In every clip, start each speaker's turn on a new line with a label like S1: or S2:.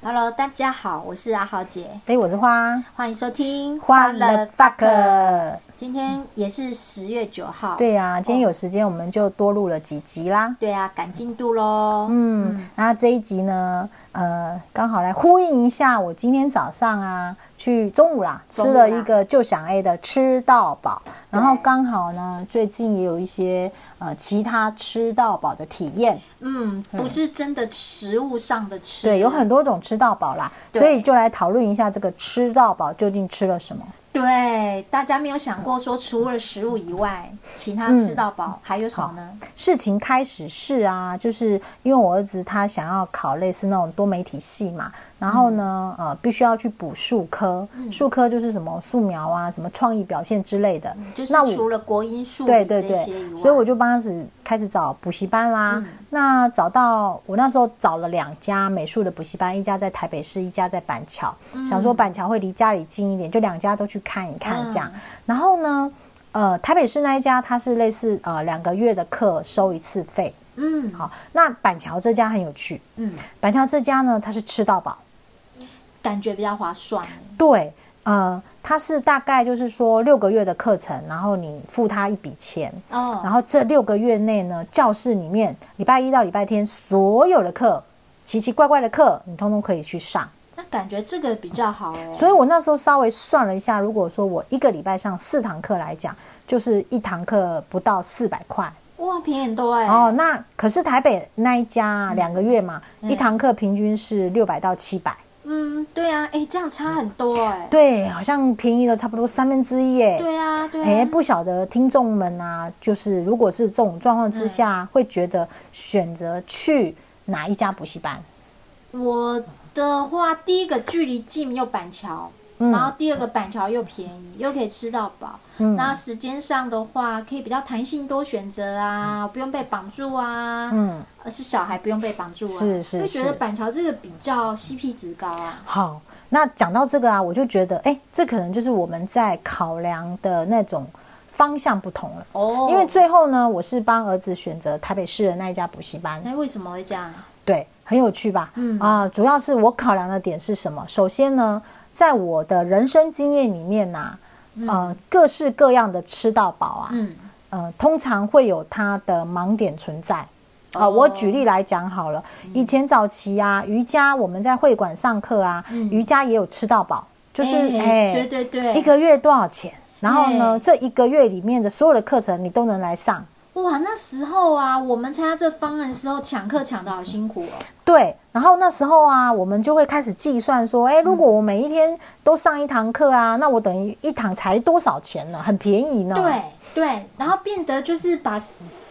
S1: Hello，大家好，我是阿豪姐，
S2: 哎，我是花
S1: 欢迎收听
S2: 花了 fuck。
S1: 今天也是十月九号，
S2: 对呀、今天有时间我们就多录了几集啦。
S1: 对啊，赶进度喽。
S2: 嗯，那这一集呢，呃，刚好来呼应一下，我今天早上啊，去中午啦，
S1: 中午
S2: 吃
S1: 啦
S2: 了一个就想 A 的吃到饱，然后刚好呢，最近也有一些呃其他吃到饱的体验，
S1: 嗯，不是真的食物上的吃，
S2: 对，有很多种吃到饱啦，
S1: 嗯对
S2: 所以就来讨论一下这个吃到饱究竟吃了什么。
S1: 对大家没有想过说，除了食物以外，其他吃到
S2: 嗯
S1: 饱还有什么呢？
S2: 事情开始是啊，就是因为我儿子他想要考类似那种多媒体系嘛，然后呢，
S1: 嗯
S2: 呃，必须要去补数科，数、科就是什么素描啊、什么创意表现之类的。
S1: 就是
S2: 那
S1: 除
S2: 我
S1: 了国音数
S2: 对
S1: 理
S2: 对
S1: 嗯这
S2: 对
S1: 些以，外，嗯
S2: 所以我就帮他开始找补习班啦。那找到我那时候找了两家美术的补习班，一家在台北市，一家在板桥，
S1: 嗯
S2: 想说板桥会离家里近一点，就两家都去看一看
S1: 嗯
S2: 这样。然后呢，呃，台北市那一家它是类似呃两个月的课收一次费。
S1: 嗯
S2: 好，啊那板桥这家很有趣，
S1: 嗯，
S2: 板桥这家呢，它是吃到饱，
S1: 感觉比较划算。
S2: 对，呃，它是大概就是说六个月的课程，然后你付他一笔钱，然
S1: 哦，
S2: 后这六个月内呢，教室里面礼拜一到礼拜天所有的课，奇奇怪怪的课，你通通可以去上。
S1: 那感觉这个比较好哎。
S2: 所以我那时候稍微算了一下，如果说我一个礼拜上四堂课来讲，就是一堂课不到四百块。
S1: 哇，便宜很多哎。
S2: 哦，，那可是台北那一家啊两个月嘛，一堂课平均是六百到七百，
S1: 嗯，对啊，哎，这样差很多哎。
S2: 对，好像便宜了差不多三分之一耶。
S1: 对啊，对
S2: 哎，
S1: 啊，
S2: 不晓得听众们啊，就是如果是这种状况之下，会觉得选择去哪一家补习班？
S1: 我的话，第一个距离近又板桥，
S2: 嗯
S1: 然后第二个板桥又便宜，又可以吃到饱。
S2: 嗯
S1: 那时间上的话，可以比较弹性，多选择啊，不用被绑住啊。
S2: 嗯，
S1: 呃，是小孩不用被绑住啊。
S2: 是是
S1: 会觉得
S2: 是
S1: 板桥这个比较 CP 值高啊。
S2: 好，那讲到这个啊，我就觉得，哎，这可能就是我们在考量的那种方向不同了。
S1: 哦，
S2: 因为最后呢，我是帮儿子选择台北市的那一家补习班，
S1: 哎，为什么会这样？
S2: 对，很有趣吧？
S1: 嗯
S2: 啊、主要是我考量的点是什么？首先呢，在我的人生经验里面呐、呃，各式各样的吃到饱啊，
S1: 嗯，
S2: 呃，通常会有它的盲点存在。啊、
S1: 哦嗯
S2: 我举例来讲好了，以前早期啊，瑜伽我们在会馆上课啊，瑜伽也有吃到饱，就是
S1: 嗯
S2: 哎，
S1: 对对对，
S2: 一个月多少钱？然后
S1: 哎
S2: 呢，这一个月里面的所有的课程你都能来上，
S1: 哇，那时候啊，我们参加这方案的时候，抢课抢的好辛苦哦。
S2: 对，然后那时候啊，我们就会开始计算说，哎，如果我每一天都上一堂课啊，那我等于一堂才多少钱呢？很便宜呢。
S1: 对对，然后变得就是把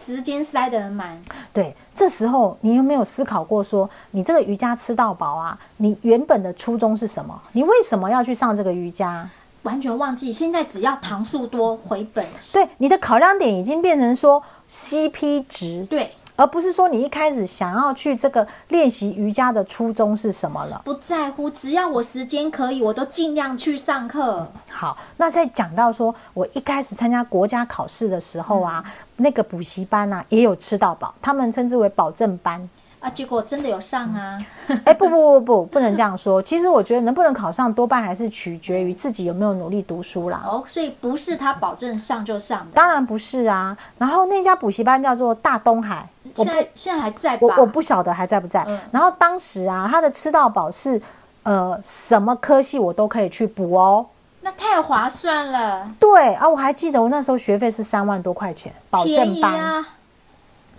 S1: 时间塞得很满，
S2: 对，这时候你有没有思考过说，你这个瑜伽吃到饱啊，你原本的初衷是什么？你为什么要去上这个瑜伽？
S1: 完全忘记。现在只要糖数多回本，
S2: 对，你的考量点已经变成说 CP 值，
S1: 对，
S2: 而不是说你一开始想要去这个练习瑜伽的初衷是什么了。
S1: 不在乎，只要我时间可以，我都尽量去上课。
S2: 好，那再讲到说，我一开始参加国家考试的时候
S1: 嗯
S2: 啊，那个补习班啊也有吃到饱，他们称之为保证班。
S1: 啊，结果真的有上啊！
S2: 哎，不不不不，不能这样说。其实我觉得能不能考上，多半还是取决于自己有没有努力读书啦。
S1: 哦，所以不是他保证上就上的，
S2: 当然不是啊。然后那家补习班叫做大东海，我
S1: 现
S2: 不
S1: 在现在还在吧？嗯
S2: 我我不晓得还在不在。然后当时啊，他的吃到饱是呃什么科系我都可以去补哦。
S1: 那太划算了，
S2: 对啊，我还记得我那时候学费是三万多块钱，保
S1: 便
S2: 证
S1: 宜
S2: 班。
S1: 啊！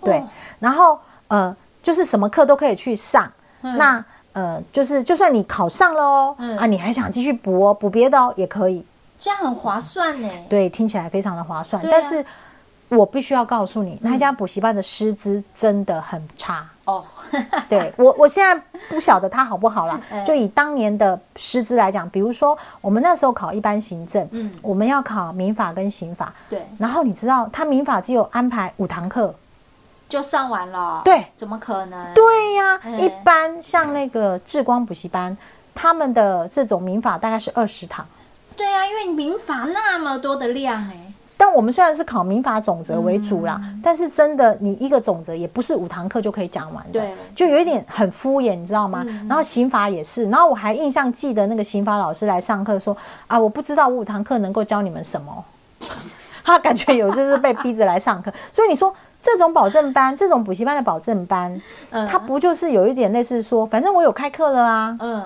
S2: 对
S1: 哦，
S2: 然后呃，就是什么课都可以去上。
S1: 嗯
S2: 那呃，就是就算你考上了哦，啊，你还想继续补哦，补别的哦也可以。
S1: 这样很划算呢。
S2: 对，听起来非常的划算。
S1: 对啊嗯
S2: 但是我必须要告诉你，那家补习班的师资真的很差。
S1: 哦，
S2: 对我，我现在不晓得他好不好啦
S1: 嗯。
S2: 就以当年的师资来讲，比如说我们那时候考一般行政，
S1: 嗯
S2: 我们要考民法跟刑法，
S1: 对，
S2: 然后你知道他民法只有安排五堂课，
S1: 就上完了。
S2: 对，
S1: 怎么可能？
S2: 对呀、
S1: 嗯
S2: 一般像那个智光补习班，他们的这种民法大概是二十堂。
S1: 对啊，因为民法那么多的量哎，
S2: 但我们虽然是考民法总则为主啦，但是真的你一个总则也不是五堂课就可以讲完的
S1: 对，
S2: 就有一点很敷衍，你知道吗？然后刑法也是，然后我还印象记得那个刑法老师来上课说啊，我不知道我五堂课能够教你们什么， 他感觉有就是被逼着来上课，所以你说。这种保证班，这种补习班的保证班，他不就是有一点类似说，反正我有开课了啊，
S1: 嗯，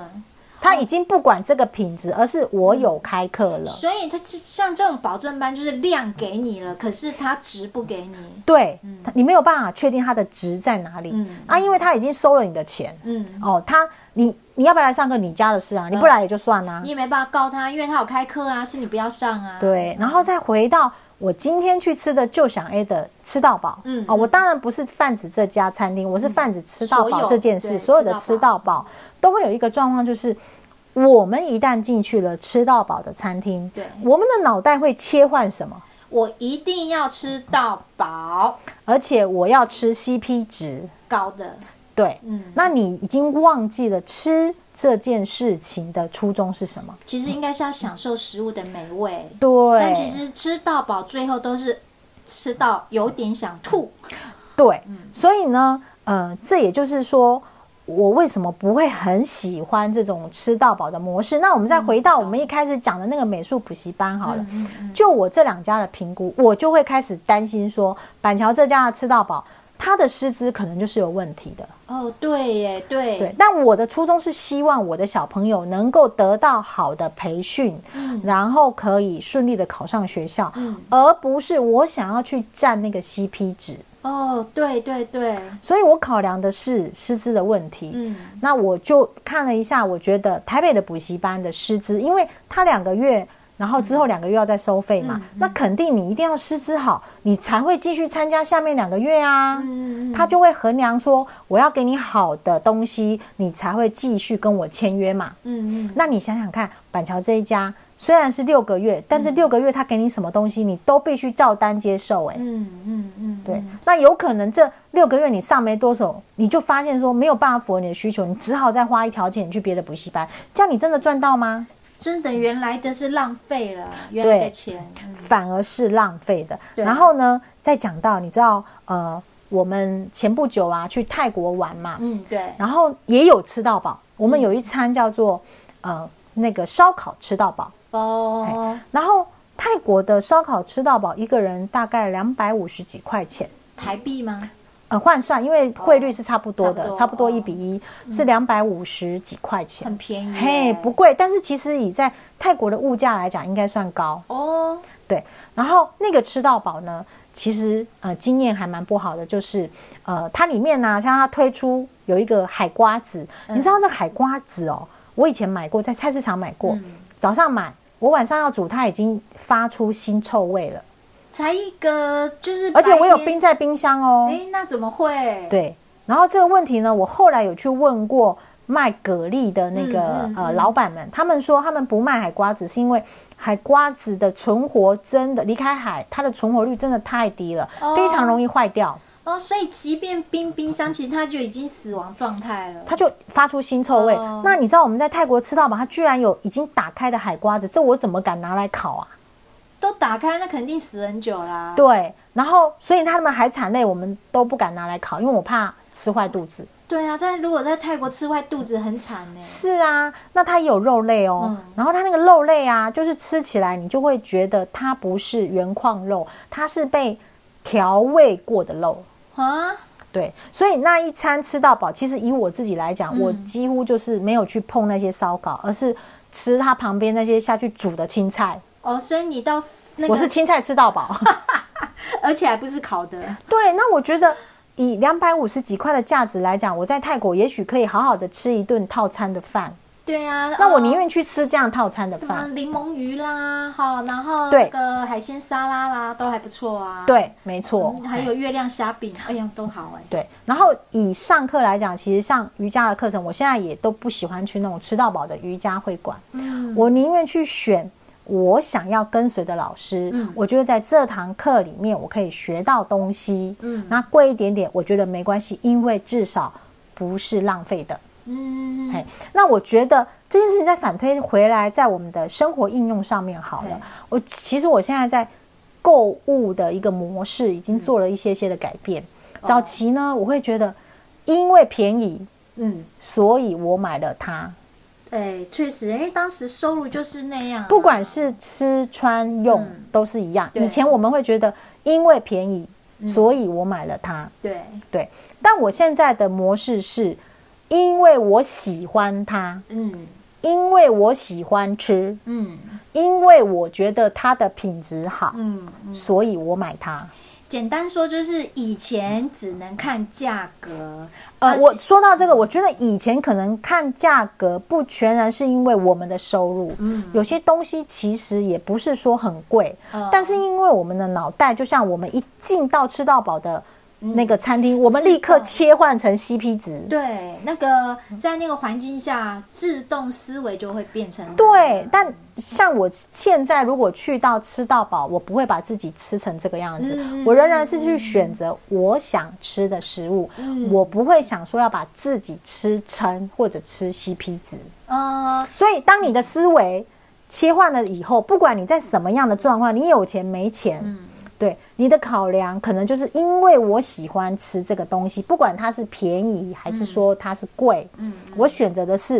S2: 他已经不管这个品质，而是我有开课了。
S1: 所以它是像这种保证班就是量给你了，可是它值不给你。
S2: 对，他你没有办法确定他的值在哪里、
S1: 嗯
S2: 啊，因为他已经收了你的钱。
S1: 嗯，
S2: 哦，他你你要不要来上课？你家的事啊，你不来也就算啦、
S1: 你也没办法告他，因为他有开课啊，是你不要上啊。，
S2: 对，然后再回到我今天去吃的就想 A 的吃到饱，
S1: 嗯
S2: 哦，我当然不是泛指这家餐厅，我是泛指吃到
S1: 所
S2: 饱
S1: 有
S2: 这件事，
S1: 对
S2: 所有的吃到饱都会有一个状况，就是我们一旦进去了吃到饱的餐厅，
S1: 对
S2: 我们的脑袋会切换什么？
S1: 我一定要吃到饱，
S2: 而且我要吃 CP 值，
S1: 高的。
S2: 对，
S1: 嗯
S2: 那你已经忘记了吃这件事情的初衷是什么？
S1: 其实应该是要享受食物的美味。
S2: 对，
S1: 但其实吃到饱最后都是吃到有点想吐。
S2: 对，
S1: 嗯
S2: 所以呢，呃，这也就是说，我为什么不会很喜欢这种吃到饱的模式？那我们再回到我们一开始讲的那个美术补习班好
S1: 嗯
S2: 了，就我这两家的评估，我就会开始担心说，板桥这家的吃到饱，它的师资可能就是有问题的。
S1: 哦，对耶，对，
S2: 对，但我的初衷是希望我的小朋友能够得到好的培训，然后可以顺利的考上学校，而不是我想要去占那个 CP 值。
S1: 哦，对对对，
S2: 所以我考量的是师资的问题。
S1: 嗯，
S2: 那我就看了一下，我觉得台北的补习班的师资，因为他两个月，然后之后两个月要再收费
S1: 嗯
S2: 嘛，那肯定你一定要师资好，你才会继续参加下面两个月啊。
S1: 嗯
S2: 他就会衡量说，我要给你好的东西，你才会继续跟我签约嘛。
S1: 嗯嗯，
S2: 那你想想看，板桥这一家虽然是六个月，但这六个月他给你什么东西，你都必须照单接受、欸。
S1: 嗯嗯嗯，
S2: 对，那有可能这六个月你上没多少，你就发现说没有办法符合你的需求，你只好再花一条钱去别的补习班，这样你真的赚到吗？
S1: 真的原来的是浪费了原来的钱，嗯
S2: 反而是浪费的。
S1: 对
S2: 然后呢，再讲到你知道，呃，我们前不久啊去泰国玩嘛，
S1: 嗯，对，
S2: 然后也有吃到饱，我们有一餐叫做呃那个烧烤吃到饱，
S1: 哦，
S2: 然后泰国的烧烤吃到饱一个人大概两百五十几块钱。
S1: 台币吗？
S2: 呃，换算，因为汇率是差不多哦的，
S1: 哦
S2: 差
S1: 差
S2: 不
S1: 不
S2: 多
S1: 多
S2: 一比一、是两百五十几块钱，
S1: 很便宜耶，
S2: 嘿，不贵。但是其实以在泰国的物价来讲，应该算高，
S1: 哦，
S2: 对。然后那个吃到饱呢，其实呃经验还蛮不好的，就是呃它里面呢、像它推出有一个海瓜子，你知道这个海瓜子哦，我以前买过，在菜市场买过，早上买，我晚上要煮，它已经发出腥臭味了，
S1: 才一个就是，
S2: 而且我有冰，在冰箱哦。
S1: 哎，那怎么会？
S2: 对，然后这个问题呢，我后来有去问过卖蛤蜊的那个、
S1: 嗯嗯
S2: 呃老板们，他们说他们不卖海瓜子，是因为海瓜子的存活真的离开海，它的存活率真的太低了，
S1: 哦
S2: 非常容易坏掉，
S1: 哦，所以即便冰冰箱，其实它就已经死亡状态了，
S2: 它就发出腥臭味。
S1: 哦
S2: 那你知道我们在泰国吃到饱，它居然有已经打开的海瓜子，这我怎么敢拿来烤啊？
S1: 都打开，那肯定死很久啦。
S2: 对，然后所以他们海产类我们都不敢拿来烤，因为我怕吃坏肚子。
S1: 对啊，在如果在泰国吃坏肚子很惨呢。
S2: 是啊，那它也有肉类哦。
S1: 嗯
S2: 然后它那个肉类啊，就是吃起来你就会觉得它不是原矿肉，它是被调味过的肉。
S1: 啊，
S2: 对，所以那一餐吃到饱，其实以我自己来
S1: 嗯
S2: 讲，我几乎就是没有去碰那些烧烤，而是吃它旁边那些下去煮的青菜。
S1: 哦，所以你到那
S2: 我是
S1: 个，
S2: 青菜吃 到饱。
S1: 而且还不是烤的，
S2: 对，那我觉得以两百五十几块的价值来讲，我在泰国也许可以好好的吃一顿套餐的饭。
S1: 对啊。
S2: 那我
S1: 呃
S2: 宁愿去吃这样套餐的
S1: 什么
S2: 饭。
S1: 柠檬鱼啦，哈，然后
S2: 对
S1: 那个海鲜沙拉啦，都还不错啊。，
S2: 对，没错。
S1: 还有月亮虾饼，哎呀，都好哎。
S2: 对，然后以上课来讲，其实像瑜伽的课程，我现在也都不喜欢去那种吃到饱的瑜伽会馆，
S1: 嗯
S2: 我宁愿去选我想要跟随的老师。
S1: 嗯
S2: 我觉得在这堂课里面，我可以学到东西。
S1: 嗯
S2: 那贵一点点，我觉得没关系，因为至少不是浪费的。
S1: 嗯，
S2: 嘿，那我觉得这件事情再反推回来，在我们的生活应用上面好了
S1: 对。
S2: 我其实我现在在购物的一个模式已经做了一些些的改变。
S1: 哦
S2: 早期呢，我会觉得因为便宜，
S1: 嗯，
S2: 所以我买了它。
S1: 哎，确实，因为当时收入就是那样啊、
S2: 不管是吃穿用
S1: 嗯
S2: 都是一样。
S1: 对嗯
S2: 以前我们会觉得因为便宜，所以我买了它。
S1: 对，
S2: 对，但我现在的模式是，因为我喜欢它，
S1: 嗯
S2: 因为我喜欢吃，
S1: 嗯
S2: 因为我觉得它的品质好，
S1: 嗯嗯。
S2: 所以我买它。
S1: 简单说就是以前只能看价格，
S2: 呃
S1: 而，
S2: 我
S1: 且
S2: 说到这个，我觉得以前可能看价格不全然是因为我们的收入，
S1: 嗯
S2: 有些东西其实也不是说很贵，
S1: 嗯
S2: 但是因为我们的脑袋，就像我们一进到吃到饱的
S1: 嗯
S2: 那个餐厅，我们立刻
S1: 自动
S2: 切换成 CP 值。
S1: 对那个
S2: 嗯
S1: 在那个环境下，自动思维就会变成
S2: 对，但像我现在如果去到吃到饱，我不会把自己吃成这个样子，
S1: 嗯
S2: 我仍然是去选择我想吃的食物，
S1: 嗯
S2: 我不会想说要把自己吃撑或者吃 CP 值。
S1: 呃
S2: 所以，当你的思维切换了以后，不管你在什么样的状况，你有钱没钱，
S1: 嗯
S2: 对你的考量可能就是因为我喜欢吃这个东西，不管它是便宜还是说它是贵，
S1: 嗯
S2: 我选择的是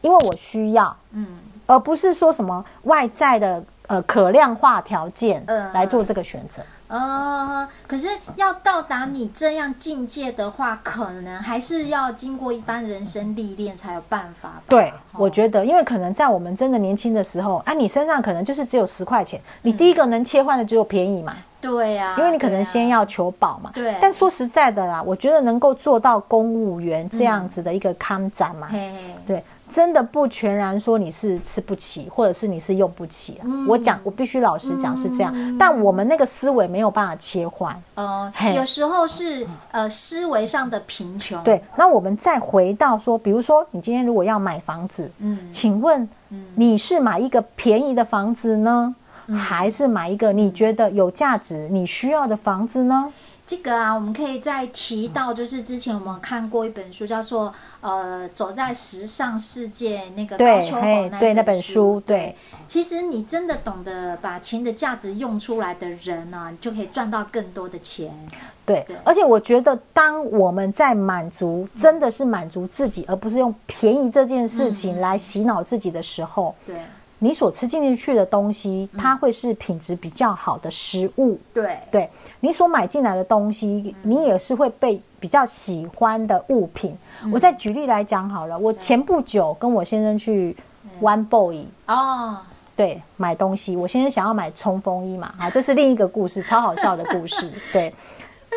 S2: 因为我需要，
S1: 嗯
S2: 而不是说什么外在的呃可量化条件
S1: 嗯
S2: 来做这个选择。
S1: 呃，可是要到达你这样境界的话，可能还是要经过一番人生历练才有办法吧。
S2: 对，
S1: 哦
S2: 我觉得，因为可能在我们真的年轻的时候，啊，你身上可能就是只有十块钱，你
S1: 嗯
S2: 第一个能切换的只有便宜嘛，
S1: 对啊呀、
S2: 因为你可能先
S1: 要
S2: 要求保嘛。
S1: 对
S2: 但说实在的啦，我觉得能够做到公务员这样子的一个康展嘛，
S1: 嗯嘿嘿
S2: 对，真的不全然说你是吃不起，或者是你是用不起啊、我
S1: 嗯
S2: 讲，我必须老实讲是这样，但我们那个思维没有办法切换。
S1: 呃
S2: 嘿，嗯
S1: 有时候是呃思维上的贫穷。
S2: 对，那我们再回到说，比如说你今天如果要买房子，
S1: 嗯，嗯
S2: 请问你是买一个便宜的房子呢，还是买一个你觉得有价值、你需要的房子呢？
S1: 这个啊，我们可以再提到，就是之前我们看过一本书，叫做《呃走在时尚世界》那个高
S2: 对，
S1: 秋
S2: 嘿
S1: 红，
S2: 对，那
S1: 那
S2: 本书，对。
S1: 其实你真的懂得把钱的价值用出来的人啊呢、你就可以赚到更多的钱。
S2: 对
S1: 对，
S2: 而且我觉得，当我们在满足，真的是满足自己，而不是用便宜这件事情来洗脑自己的时候，
S1: 对
S2: 你所吃进去的东西，它会是品质比较好的食物。
S1: 对
S2: 对你所买进来的东西，你也是会被比较喜欢的物品。我再举例来讲好了，我前不久跟我先生去 One Boy。
S1: 哦，
S2: 对，买东西，我先生想要买冲锋衣嘛，好，这是另一个故事，超好笑的 故事。对，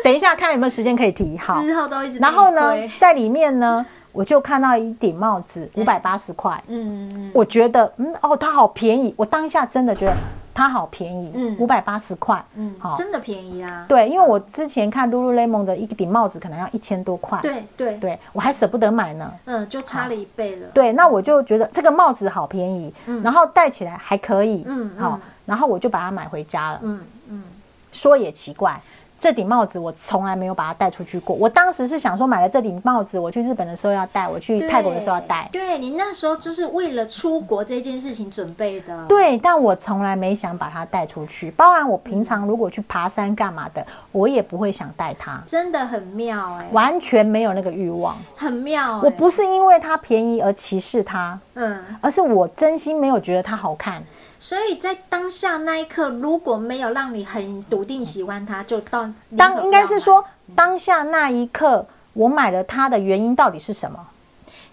S2: 等一下看有没有时间可以提。好，
S1: 之后都一直
S2: 然后呢
S1: 被你推，
S2: 在里面呢，我就看到一顶帽子，五百八十块。
S1: 嗯嗯
S2: 我觉得，嗯，哦，它好便宜。我当下真的觉得它好便宜，
S1: 嗯
S2: 五百八十块，
S1: 嗯
S2: 好
S1: 嗯，真的便宜啊！
S2: 对，因为我之前看 Lululemon 的一顶帽子可能要一千多块，，
S1: 对对
S2: 对我还舍不得买呢。
S1: 嗯，就差了一倍了。
S2: 对，那我就觉得这个帽子好便宜，然后戴起来还可以，
S1: 嗯
S2: 好
S1: 嗯，
S2: 然后我就把它买回家了。
S1: 嗯嗯，
S2: 说也奇怪，这顶帽子我从来没有把它带出去过。我当时是想说，买了这顶帽子，我去日本的时候要戴，我去
S1: 对
S2: 泰国的时候要戴。
S1: 对你那时候就是为了出国这件事情准备的。
S2: 对，但我从来没想把它带出去。包含我平常如果去爬山干嘛的，我也不会想带它，
S1: 真的很妙哎、
S2: 完全没有那个欲望。
S1: 很妙、欸。
S2: 我不是因为它便宜而歧视它，
S1: 嗯，
S2: 而是我真心没有觉得它好看。
S1: 所以在当下那一刻，如果没有让你很笃定喜欢它，就到宁可
S2: 当
S1: 不
S2: 应该
S1: 要
S2: 是
S1: 买，
S2: 说当下那一刻，我买了它的原因到底是什么？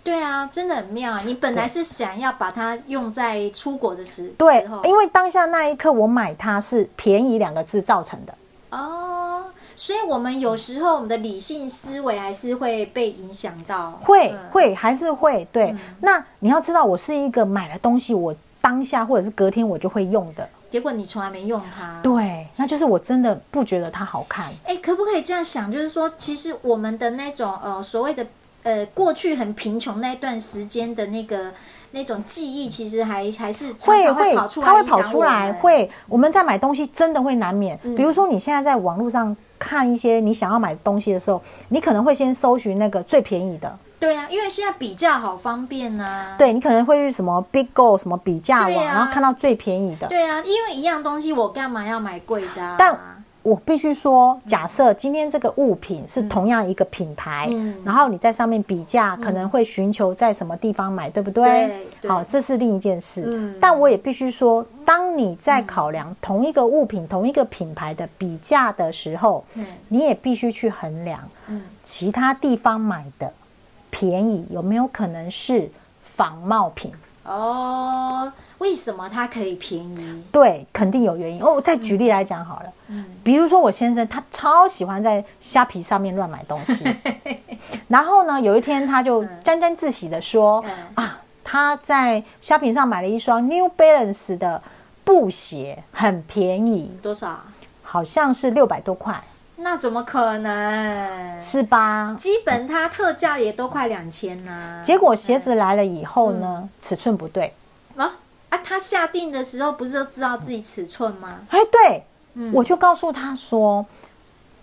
S1: 对啊，真的很妙。你本来是想要把它用在出国的时
S2: 对
S1: 时候，
S2: 因为当下那一刻我买它是“便宜”两个字造成的。
S1: 哦，所以我们有时候我们的理性思维还是会被影响到，
S2: 会
S1: 嗯
S2: 会还是会对。那你要知道，我是一个买了东西，我当下或者是隔天我就会用的。
S1: 结果你从来没用它。
S2: 对，那就是我真的不觉得它好看。
S1: 哎，可不可以这样想？就是说，其实我们的那种呃所谓的呃过去很贫穷那段时间的那个那种记忆，其实还还是常常
S2: 会，
S1: 跑出来，
S2: 它会跑出
S1: 影响我
S2: 来，
S1: 们。嗯
S2: 会。我们在买东西真的会难免，比如说你现在在网络上看一些你想要买的东西的时候，你可能会先搜寻那个最便宜的，
S1: 对呀、因为现在比价好方便呐、
S2: 对你可能会去什么 Big Go 什么比价网，
S1: 对啊
S2: 然后看到最便宜的。
S1: 对啊呀、因为一样东西我干嘛要买贵的、啊？
S2: 但我必须说，假设今天这个物品是同样一个品牌，
S1: 嗯
S2: 然后你在上面比价，可能会寻求在什么地方买，对不对
S1: 对？对
S2: 好，这是另一件事。
S1: 嗯
S2: 但我也必须说，当你在考量同一个物品、同一个品牌的比价的时候，
S1: 嗯
S2: 你也必须去衡量
S1: 嗯，
S2: 其他地方买的便宜有没有可能是仿冒品。
S1: 哦，为什么它可以便宜？
S2: 对，肯定有原因。哦，我再举例来讲好了，比如说我先生他超喜欢在虾皮上面乱买东西，然后呢，有一天他就沾沾自喜的说、
S1: 嗯
S2: 啊，他在虾皮上买了一双 New Balance 的布鞋，很便宜，
S1: 多少？
S2: 好像是六百多块，
S1: 那怎么可能？
S2: 是吧？
S1: 基本它特价也都快两千呐。
S2: 结果鞋子来了以后呢，尺寸不对，
S1: 啊啊，他下定的时候不是都知道自己尺寸吗？
S2: 哎，对，
S1: 嗯
S2: 我就告诉他说，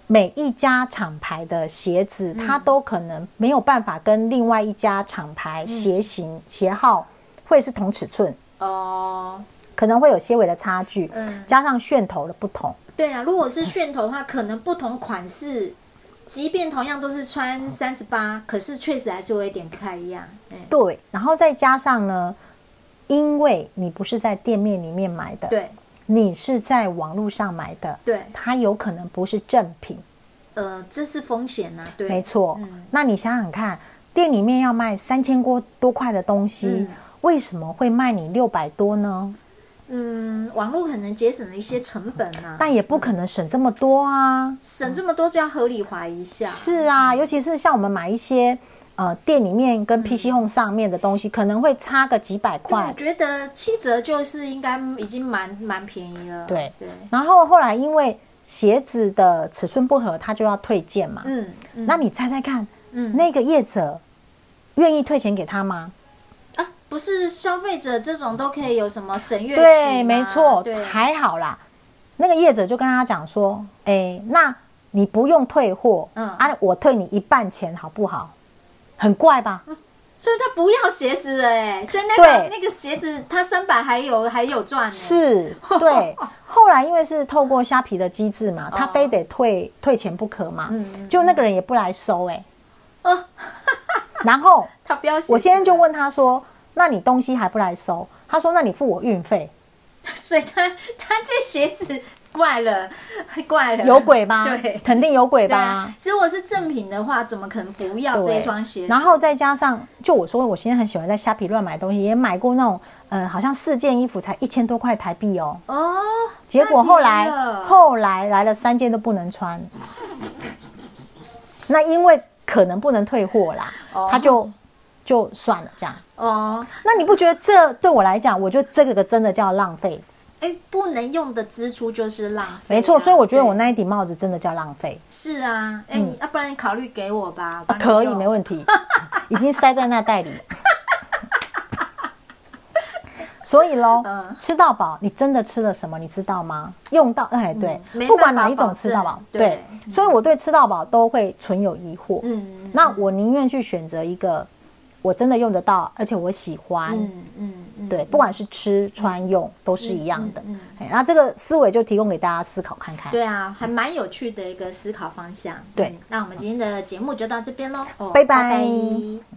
S2: 每一家厂牌的鞋子，
S1: 嗯
S2: 它都可能没有办法跟另外一家厂牌
S1: 嗯
S2: 鞋型、鞋号会是同尺寸，
S1: 哦，
S2: 可能会有些微的差距，
S1: 嗯
S2: 加上楦头的不同。
S1: 对啊，如果是楦头的话，可能不同款式，即便同样都是穿三十八，可是确实还是有一点不太一样。嗯，
S2: 对，然后再加上呢，因为你不是在店面里面买的，
S1: 对
S2: 你是在网络上买的，
S1: 对，
S2: 它有可能不是正品。
S1: 呃，这是风险呐、对，
S2: 没错。
S1: 嗯
S2: 那你想想看，店里面要卖三千多多块的东西，
S1: 嗯
S2: 为什么会卖你六百多呢？
S1: 嗯，网络可能节省了一些成本呐、
S2: 但也不可能省这么多啊。
S1: 省这么多就要合理怀疑一下。
S2: 是啊，
S1: 嗯
S2: 尤其是像我们买一些呃店里面跟 PC Home 上面的东西，可能会差个几百
S1: 对，我
S2: 块。
S1: 觉得七折就是应该已经蛮蛮便宜了。
S2: 对
S1: 对，
S2: 然后后来因为鞋子的尺寸不合，它就要退件嘛。
S1: 嗯嗯
S2: 那你猜猜看，
S1: 嗯
S2: 那个业者愿意退钱给他吗？
S1: 啊，不是消费者这种都可以有什么省月期吗
S2: 对，没错
S1: 啊对，，
S2: 还好啦。那个业者就跟他讲说：“哎、那你不用退货，
S1: 嗯
S2: 啊，我退你一半钱好不好？很怪吧？
S1: 嗯所以他不要鞋子哎、所以那个
S2: 对
S1: 那个鞋子他三百还有还有赚、欸，
S2: 是，对。后来因为是透过虾皮的机制嘛，他
S1: 哦
S2: 非得退退钱不可嘛，
S1: 嗯嗯
S2: 就那个人也不来收、哎、
S1: 哦
S2: 然后
S1: 他不要鞋子。
S2: 我先生就，问他说：“那你东西还不来收？”他说：“那你付我运费，
S1: 所以他他这鞋子怪了，怪了，
S2: 有鬼 吧？
S1: 对
S2: 肯定有鬼
S1: 对
S2: 吧？
S1: 啊，如果是正品的话，怎么可能不要啊这
S2: 对
S1: 一双鞋子？
S2: 然后再加上，就我说，我现在很喜欢在虾皮乱买东西，也买过那种，嗯，好像四件衣服才一千多块台币哦。
S1: 哦，
S2: 结果后来
S1: 太便宜了
S2: 后来来了三件都不能穿，那因为可能不能退货啦，他就就算了这样。
S1: 哦，
S2: 那你不觉得这对我来讲，我觉得这个真的叫浪费？
S1: 哎、不能用的支出就是浪费啊、
S2: 没错，所以我觉得
S1: 对
S2: 我那一顶帽子真的叫浪费。
S1: 是啊，哎、你要、不然你考虑给我吧，我帮
S2: 啊
S1: 你
S2: 可以，
S1: 用
S2: 没 问题，已经塞在那袋里。 所以喽，
S1: 嗯
S2: 吃到饱，你真的吃了什么？你知道吗？用到哎，对，
S1: 嗯没
S2: 不管
S1: 办法
S2: 哪一种
S1: 保
S2: 吃到饱
S1: 证，
S2: 对，
S1: 对
S2: 所以我对吃到饱都会存有疑惑。
S1: 嗯
S2: 那我宁愿去选择一个我真的用得到，而且我喜欢，
S1: 嗯嗯嗯，
S2: 对，不管是吃穿用都是一样的。
S1: 嗯
S2: 哎，那这个思维就提供给大家思考看看。
S1: 对啊，还蛮有趣的一个思考方向。
S2: 对
S1: 嗯那我们今天的节目就到这边喽。哦
S2: 拜拜
S1: 拜